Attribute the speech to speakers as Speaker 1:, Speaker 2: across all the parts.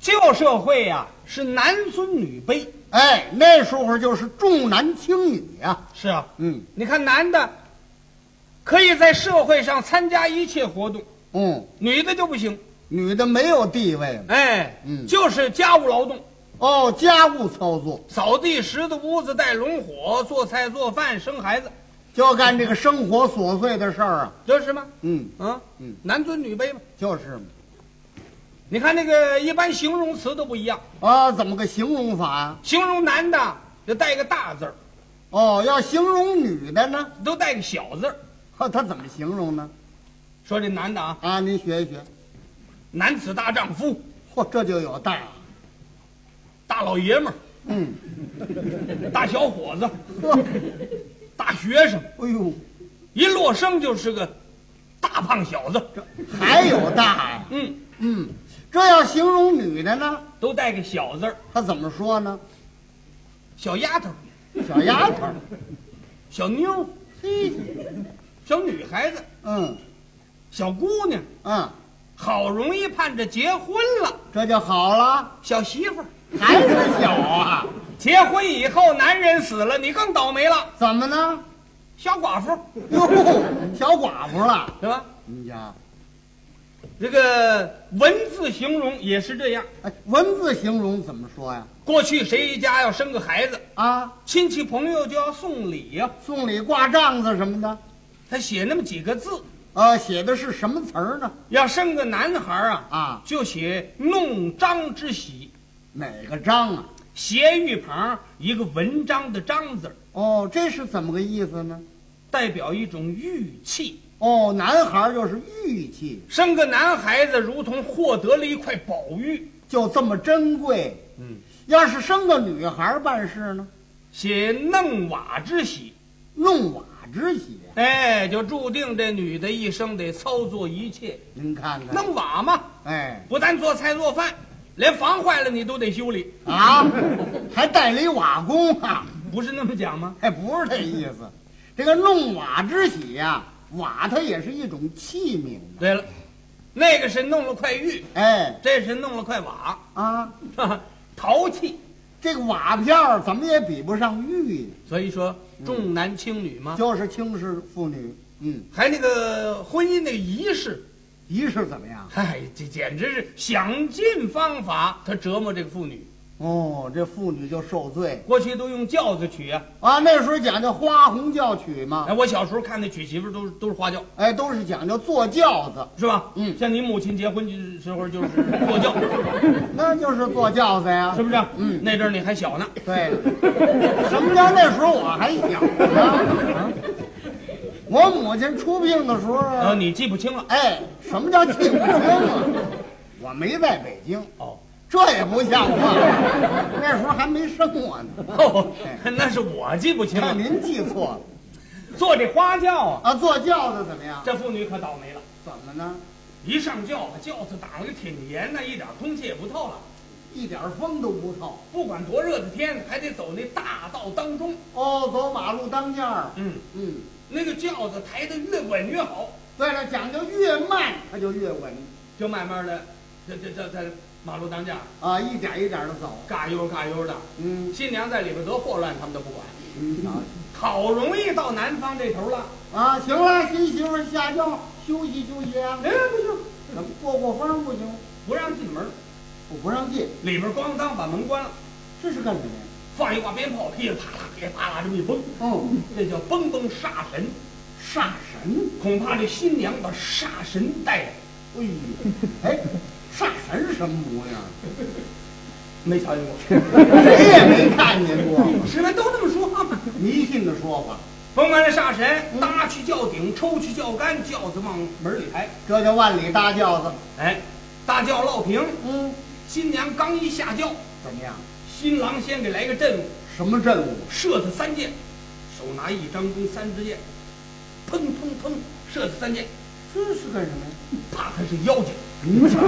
Speaker 1: 旧社会呀、是男尊女卑。
Speaker 2: 哎，那时候就是重男轻女啊。
Speaker 1: 是啊，
Speaker 2: 嗯
Speaker 1: 你看男的可以在社会上参加一切活动，
Speaker 2: 嗯，
Speaker 1: 女的就不行。
Speaker 2: 女的没有地位了。
Speaker 1: 哎，
Speaker 2: 嗯
Speaker 1: 就是家务劳动，
Speaker 2: 哦，家务操作
Speaker 1: 扫地、拾掇屋子、带笼火、做菜、做饭、生孩子，
Speaker 2: 就干这个生活琐碎的事儿啊。
Speaker 1: 这是吗？
Speaker 2: 嗯，
Speaker 1: 啊，
Speaker 2: 嗯，
Speaker 1: 男尊女卑嘛。
Speaker 2: 就是嘛
Speaker 1: 你看那个一般形容词都不一样，
Speaker 2: 啊，怎么个形容法啊？
Speaker 1: 形容男的就带个大字儿，
Speaker 2: 哦，要形容女的呢，
Speaker 1: 都带个小字儿。
Speaker 2: 呵，她怎么形容呢？
Speaker 1: 说这男的啊，
Speaker 2: 啊，您学一学。
Speaker 1: 男子大丈夫，
Speaker 2: 嚯，这就有大。
Speaker 1: 大老爷们
Speaker 2: 嗯，
Speaker 1: 儿，大小伙子，
Speaker 2: 呵，
Speaker 1: 大学生，
Speaker 2: 哎呦，
Speaker 1: 一落生就是个大胖小子。
Speaker 2: 还有大呀、
Speaker 1: 嗯，
Speaker 2: 嗯，这要形容女的呢，
Speaker 1: 都带个小字儿，
Speaker 2: 她怎么说呢？
Speaker 1: 小丫头，
Speaker 2: 小丫头儿。
Speaker 1: 小妞儿，
Speaker 2: 嘿，
Speaker 1: 小女孩子，
Speaker 2: 嗯
Speaker 1: 小姑娘，
Speaker 2: 嗯，
Speaker 1: 好容易盼着结婚了，
Speaker 2: 这就好了，
Speaker 1: 小媳妇儿。
Speaker 2: 还是小啊？
Speaker 1: 结婚以后，男人死了，你更倒霉了，
Speaker 2: 怎么呢？
Speaker 1: 小寡妇，
Speaker 2: 哟，小寡妇了。
Speaker 1: 对吧？
Speaker 2: 你家，
Speaker 1: 这个文字形容也是这样。
Speaker 2: 哎，文字形容怎么说呀？
Speaker 1: 过去谁家要生个孩子，
Speaker 2: 啊，
Speaker 1: 亲戚朋友就要送礼呀、
Speaker 2: 送礼挂帐子什么的，
Speaker 1: 他写那么几个字。
Speaker 2: 呃，写的是什么词儿呢？
Speaker 1: 要生个男孩啊，
Speaker 2: 啊，
Speaker 1: 就写弄璋之喜，
Speaker 2: 哪个章啊？
Speaker 1: 斜玉旁一个文章的章字儿，
Speaker 2: 哦，这是怎么个意思呢？
Speaker 1: 代表一种玉器。
Speaker 2: 哦，男孩儿就是玉器，
Speaker 1: 生个男孩子，如同获得了一块宝玉。
Speaker 2: 就这么珍贵。
Speaker 1: 嗯，
Speaker 2: 要是生个女孩儿办事呢，
Speaker 1: 写弄瓦之喜，
Speaker 2: 弄瓦之喜。
Speaker 1: 哎，就注定这女的一生得操作一切。
Speaker 2: 您看看，
Speaker 1: 弄瓦嘛，
Speaker 2: 哎
Speaker 1: 不但做菜做饭，连房坏了你都得修理，
Speaker 2: 啊，还带了一瓦工啊，
Speaker 1: 不是那么讲吗？
Speaker 2: 哎，不是这意思。这个弄瓦之喜呀、瓦它也是一种器皿呢。
Speaker 1: 对了，那个是弄了块玉，
Speaker 2: 哎
Speaker 1: 这是弄了块瓦，
Speaker 2: 啊，
Speaker 1: 哈哈，陶器。
Speaker 2: 这个瓦片儿怎么也比不上玉，
Speaker 1: 所以说重男轻女嘛，
Speaker 2: 就是轻视妇女。嗯，
Speaker 1: 还那个婚姻那个仪式，
Speaker 2: 仪式怎么样？
Speaker 1: 哎，这简直是想尽方法，他折磨这个妇女。
Speaker 2: 哦，这妇女就受罪
Speaker 1: 过去都用轿子娶啊，
Speaker 2: 啊。那时候讲究花红轿娶嘛，
Speaker 1: 哎，我小时候看那娶媳妇儿都是都是花轿，
Speaker 2: 哎，都是讲究坐轿子，
Speaker 1: 是吧？
Speaker 2: 嗯
Speaker 1: 像你母亲结婚的时候就是坐轿，
Speaker 2: 那就是坐轿子呀
Speaker 1: 是。不是？
Speaker 2: 嗯
Speaker 1: 那阵儿你还小呢，
Speaker 2: 对了，什么叫那时候我还小呢？啊我母亲出殡的
Speaker 1: 然
Speaker 2: 时
Speaker 1: 后
Speaker 2: 候，啊
Speaker 1: 呃你记不清了。
Speaker 2: 哎，什么叫记不清啊？我没在北京，
Speaker 1: 哦，
Speaker 2: 这也不像话。那时候还没生我呢。
Speaker 1: 哦，那是我记不清
Speaker 2: 那
Speaker 1: 了。
Speaker 2: 您记错了
Speaker 1: 坐这花轿啊，
Speaker 2: 啊！坐轿子怎么样？
Speaker 1: 这妇女可倒霉了，
Speaker 2: 怎么呢？
Speaker 1: 一上轿子，轿子挡了个挺严呐，一点空气也不透了。
Speaker 2: 一点风都不透。
Speaker 1: 不管多热的天，还得走那大道当中。
Speaker 2: 哦，走马路当间儿。
Speaker 1: 嗯，
Speaker 2: 嗯，
Speaker 1: 那个轿子抬得越稳越好，
Speaker 2: 对了，讲究越慢它就越稳
Speaker 1: 就慢慢的，这这这在马路当间儿，
Speaker 2: 啊，一点一点的走。
Speaker 1: 嘎悠嘎悠的。
Speaker 2: 嗯，
Speaker 1: 新娘在里边多霍乱，他们都不管。
Speaker 2: 您瞧。
Speaker 1: 好容易到南方这头了，
Speaker 2: 啊，行了，新媳妇儿下轿休息休息啊，
Speaker 1: 哎，不行，
Speaker 2: 怎么过过风不行？
Speaker 1: 不让进门，
Speaker 2: 我不让进，
Speaker 1: 里边咣当把门关了，
Speaker 2: 这是干什么呀？
Speaker 1: 放一挂鞭炮，噼里啪啦噼里啪啦这么一崩，
Speaker 2: 嗯，
Speaker 1: 这叫崩崩煞神。
Speaker 2: 煞神，
Speaker 1: 恐怕这新娘把煞神带来，
Speaker 2: 哎呦，哎，煞神什么模样？
Speaker 1: 没瞧见过，
Speaker 2: 谁也没看见过，
Speaker 1: 是吧？都这么说嘛。
Speaker 2: 迷信的说法，
Speaker 1: 甭管这煞神，搭去轿顶，抽去轿杆，轿子往门里抬。
Speaker 2: 这叫万里搭轿子。
Speaker 1: 哎，大轿落平，
Speaker 2: 嗯，
Speaker 1: 新娘刚一下轿，
Speaker 2: 怎么样？
Speaker 1: 新郎先给来个阵舞，
Speaker 2: 什么阵务？
Speaker 1: 射他三箭，手拿一张弓三支箭，砰砰砰，射他三箭，
Speaker 2: 这是干什么呀？
Speaker 1: 啪，他是妖精。
Speaker 2: 你瞧，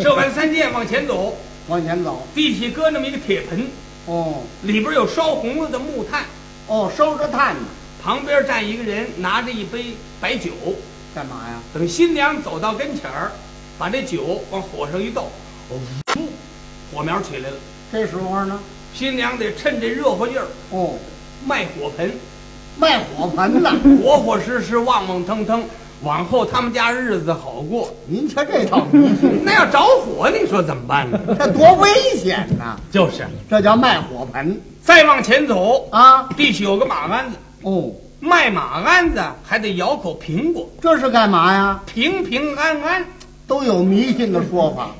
Speaker 1: 射完三箭往前走，
Speaker 2: 往前走。
Speaker 1: 地下搁那么一个铁盆，
Speaker 2: 哦
Speaker 1: 里边有烧红了的木炭，
Speaker 2: 哦，烧着炭呢，
Speaker 1: 旁边站一个人拿着一杯白酒，
Speaker 2: 干嘛呀？
Speaker 1: 等新娘走到跟前儿，把这酒往火上一倒，呜，火苗起来了。
Speaker 2: 这时候呢，
Speaker 1: 新娘得趁这热乎劲儿
Speaker 2: 哦，
Speaker 1: 卖火盆，
Speaker 2: 卖火盆呢。
Speaker 1: 活活实实、旺旺腾腾，往后他们家日子好过。
Speaker 2: 您瞧这套迷信，
Speaker 1: 那要着火，你说怎么办呢？
Speaker 2: 这多危险呐！
Speaker 1: 就是，啊
Speaker 2: 这叫卖火盆
Speaker 1: 再往前走，
Speaker 2: 啊！
Speaker 1: 地下有个马鞍子，
Speaker 2: 哦，
Speaker 1: 卖马鞍子还得咬口苹果，
Speaker 2: 这是干嘛呀？
Speaker 1: 平平安安。
Speaker 2: 都有迷信的说法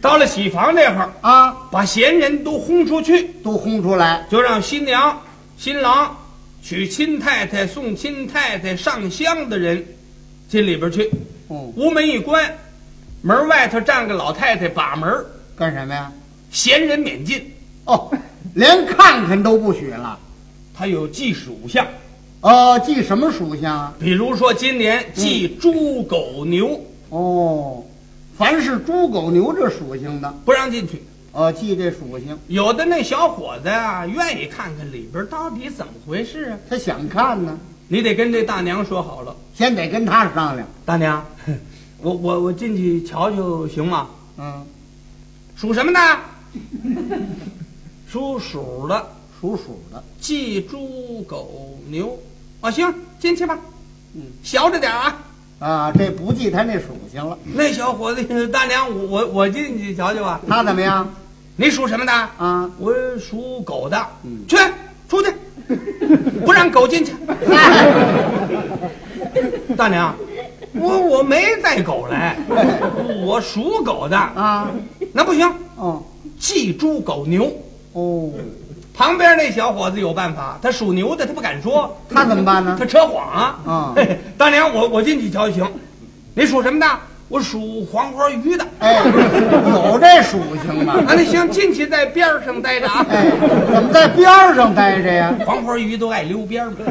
Speaker 1: 到了喜房这会儿，
Speaker 2: 啊，
Speaker 1: 把闲人都轰出去，
Speaker 2: 都轰出来。
Speaker 1: 就让新娘、新郎、娶亲太太、送亲太太上香的人进里边去。
Speaker 2: 哦，
Speaker 1: 屋门一关，门外头站个老太太把门儿，
Speaker 2: 干什么呀？
Speaker 1: 闲人免进。
Speaker 2: 哦，连看看都不许了。
Speaker 1: 他有祭属相，
Speaker 2: 哦，记什么属相啊？
Speaker 1: 比如说今年祭猪、狗、牛，
Speaker 2: 哦，凡是猪狗牛这属性的，
Speaker 1: 不让进去。
Speaker 2: 哦，记这属性。
Speaker 1: 有的那小伙子啊，愿意看看里边到底怎么回事啊，
Speaker 2: 他想看呢，
Speaker 1: 你得跟这大娘说好了。嗯
Speaker 2: 先得跟他商量。
Speaker 1: 大娘，我我我进去瞧瞧行吗？
Speaker 2: 嗯，
Speaker 1: 属什么呢？ 属鼠的，
Speaker 2: 属鼠的。
Speaker 1: 鸡、猪、狗、牛。啊，行，进去吧。
Speaker 2: 嗯，
Speaker 1: 小着点 啊。
Speaker 2: 啊，这不记他那属性了。
Speaker 1: 那小伙子，大娘，我我我进去瞧瞧吧。
Speaker 2: 他怎么样
Speaker 1: 你属什么的？
Speaker 2: 啊？
Speaker 1: 我属狗的。
Speaker 2: 嗯
Speaker 1: 去，出 去，不让狗进去。大娘， 我我没带狗来，我属狗的。
Speaker 2: 啊，
Speaker 1: 那不行，
Speaker 2: 哦
Speaker 1: 祭猪狗牛。
Speaker 2: 哦，
Speaker 1: 旁边那小伙子有办法，他属牛的，他不敢说，
Speaker 2: 他怎么办呢
Speaker 1: 他？扯谎啊。
Speaker 2: 啊
Speaker 1: 嘿嘿大娘，我我进去瞧瞧行。你属什么的？我属黄花鱼的。
Speaker 2: 哎，有这属性吗？
Speaker 1: 啊，那行，进去在边儿上待着啊。
Speaker 2: 哎，怎么在边儿上待着呀？
Speaker 1: 黄花鱼都爱溜边儿嘛。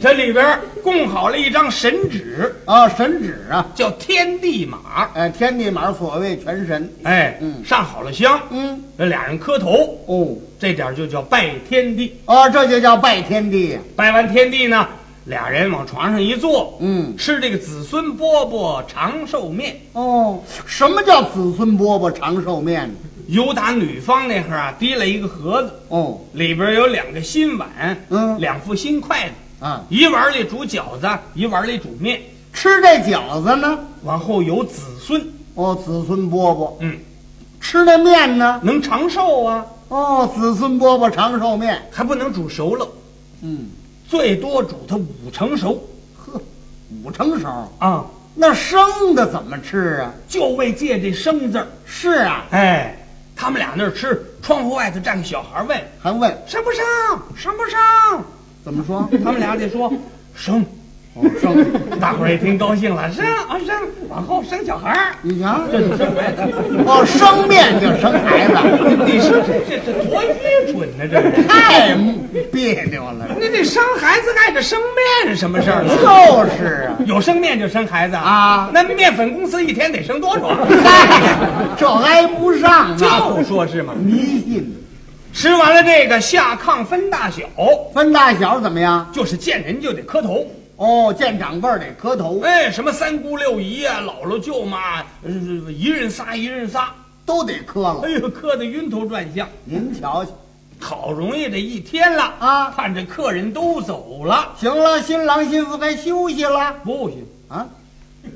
Speaker 1: 这里边儿供好了一张神纸，
Speaker 2: 啊，神指啊，
Speaker 1: 叫天地马。
Speaker 2: 哎，天地马所谓全神。
Speaker 1: 哎，
Speaker 2: 嗯
Speaker 1: 上好了香，
Speaker 2: 嗯，
Speaker 1: 这俩人磕头，
Speaker 2: 哦，
Speaker 1: 这点儿就叫拜天地。
Speaker 2: 哦，这就叫拜天地呀。
Speaker 1: 拜完天地呢，俩人往床上一坐，
Speaker 2: 嗯，
Speaker 1: 吃这个子孙饽饽长寿面。
Speaker 2: 哦，什么叫子孙饽饽长寿面呢？
Speaker 1: 由打女方那块儿啊，提了一个盒子，
Speaker 2: 哦，
Speaker 1: 里边有两个新碗，
Speaker 2: 嗯
Speaker 1: 两副新筷子，
Speaker 2: 啊，
Speaker 1: 一碗里煮饺子，一碗里煮面。
Speaker 2: 吃这饺子呢？
Speaker 1: 往后有子孙，
Speaker 2: 哦，子孙饽饽。
Speaker 1: 嗯，
Speaker 2: 吃那面呢？
Speaker 1: 能长寿啊，
Speaker 2: 哦，子孙饽饽长寿面。
Speaker 1: 还不能煮熟了，
Speaker 2: 嗯，
Speaker 1: 最多煮它五成熟
Speaker 2: 呵，五成熟，
Speaker 1: 啊，
Speaker 2: 那生的怎么吃啊？
Speaker 1: 就为借这生字儿。
Speaker 2: 是啊，
Speaker 1: 哎，他们俩那儿吃，窗户外头站个小孩问
Speaker 2: 还问
Speaker 1: 上不上，上不上？
Speaker 2: 怎么说？
Speaker 1: 他们俩得说生。
Speaker 2: 哦，生。
Speaker 1: 大伙儿一听高兴了，生啊生，往后生小孩儿，
Speaker 2: 你瞧，
Speaker 1: 这就生孩子。
Speaker 2: 哦，生面就生 孩子，
Speaker 1: 你说这这这多愚蠢呢、这人，
Speaker 2: 太别扭了。
Speaker 1: 你这生孩子碍着生面什么事儿呢？
Speaker 2: 就是 啊，
Speaker 1: 有生面就生孩子
Speaker 2: 啊
Speaker 1: 那面粉公司一天得生多少？啊
Speaker 2: 嗨，这挨不上啊，
Speaker 1: 就说是嘛。
Speaker 2: 迷信。
Speaker 1: 吃完了这个下炕分大小，
Speaker 2: 分大小怎么样？
Speaker 1: 就是见人就得磕头。
Speaker 2: 哦，见长辈儿得磕头，
Speaker 1: 哎，什么三姑六姨啊，姥姥舅妈，呃一人仨一人仨，
Speaker 2: 都得磕了
Speaker 1: 哎。呦，磕得晕头转向。
Speaker 2: 您瞧瞧，
Speaker 1: 好容易这一天了
Speaker 2: 啊
Speaker 1: 看着客人都走了，
Speaker 2: 行了，新郎新妇该休息了
Speaker 1: 不行，
Speaker 2: 啊，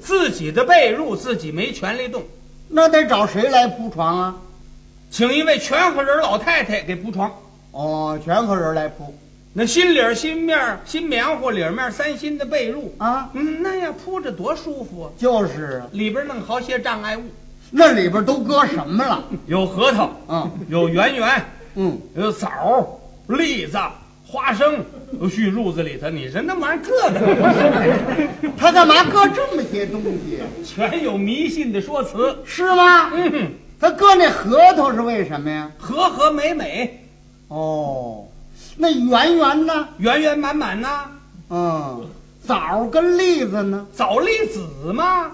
Speaker 1: 自己的被褥自己没权利动，
Speaker 2: 那得找谁来铺床啊？
Speaker 1: 请一位全河人老太太给铺床。
Speaker 2: 哦，全和人来铺
Speaker 1: 那新里儿、新面儿、新棉花里儿面儿三新的被褥，
Speaker 2: 啊，
Speaker 1: 嗯，那样铺着多舒服啊！
Speaker 2: 就是啊，
Speaker 1: 里边弄好些障碍物，
Speaker 2: 那里边都搁什么了？
Speaker 1: 有核桃，
Speaker 2: 嗯
Speaker 1: 有圆圆，
Speaker 2: 嗯，
Speaker 1: 有枣儿、栗子、花生，都续褥子里头。你说那玩意儿个 个
Speaker 2: 他干嘛搁这么些东西？
Speaker 1: 全有迷信的说辞。
Speaker 2: 是吗？
Speaker 1: 嗯，
Speaker 2: 他搁那核桃是为什么呀？
Speaker 1: 和和美美，
Speaker 2: 哦，那圆圆呢？
Speaker 1: 圆圆满满呐，
Speaker 2: 嗯，枣儿跟栗子呢？
Speaker 1: 早立子嘛，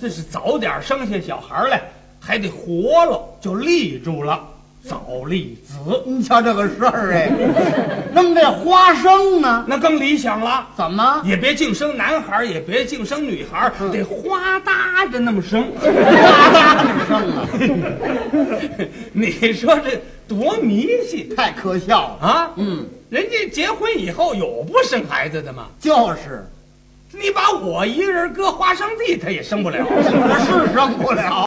Speaker 1: 这是早点生下小孩来，还得活了，就立住了。早立子，
Speaker 2: 你瞧这个事儿 哎，那么这花生呢？
Speaker 1: 那更理想了。
Speaker 2: 怎么？
Speaker 1: 也别净生男孩儿，也别净生女孩儿，得哗嗒的那么生。
Speaker 2: 哗啦的生啊，
Speaker 1: 你说这多迷信
Speaker 2: 太可笑了。
Speaker 1: 啊！
Speaker 2: 嗯，
Speaker 1: 人家结婚以后有不生孩子的吗？
Speaker 2: 就是，
Speaker 1: 你把我一个人搁花生地，他也生不了。
Speaker 2: 我是生不了。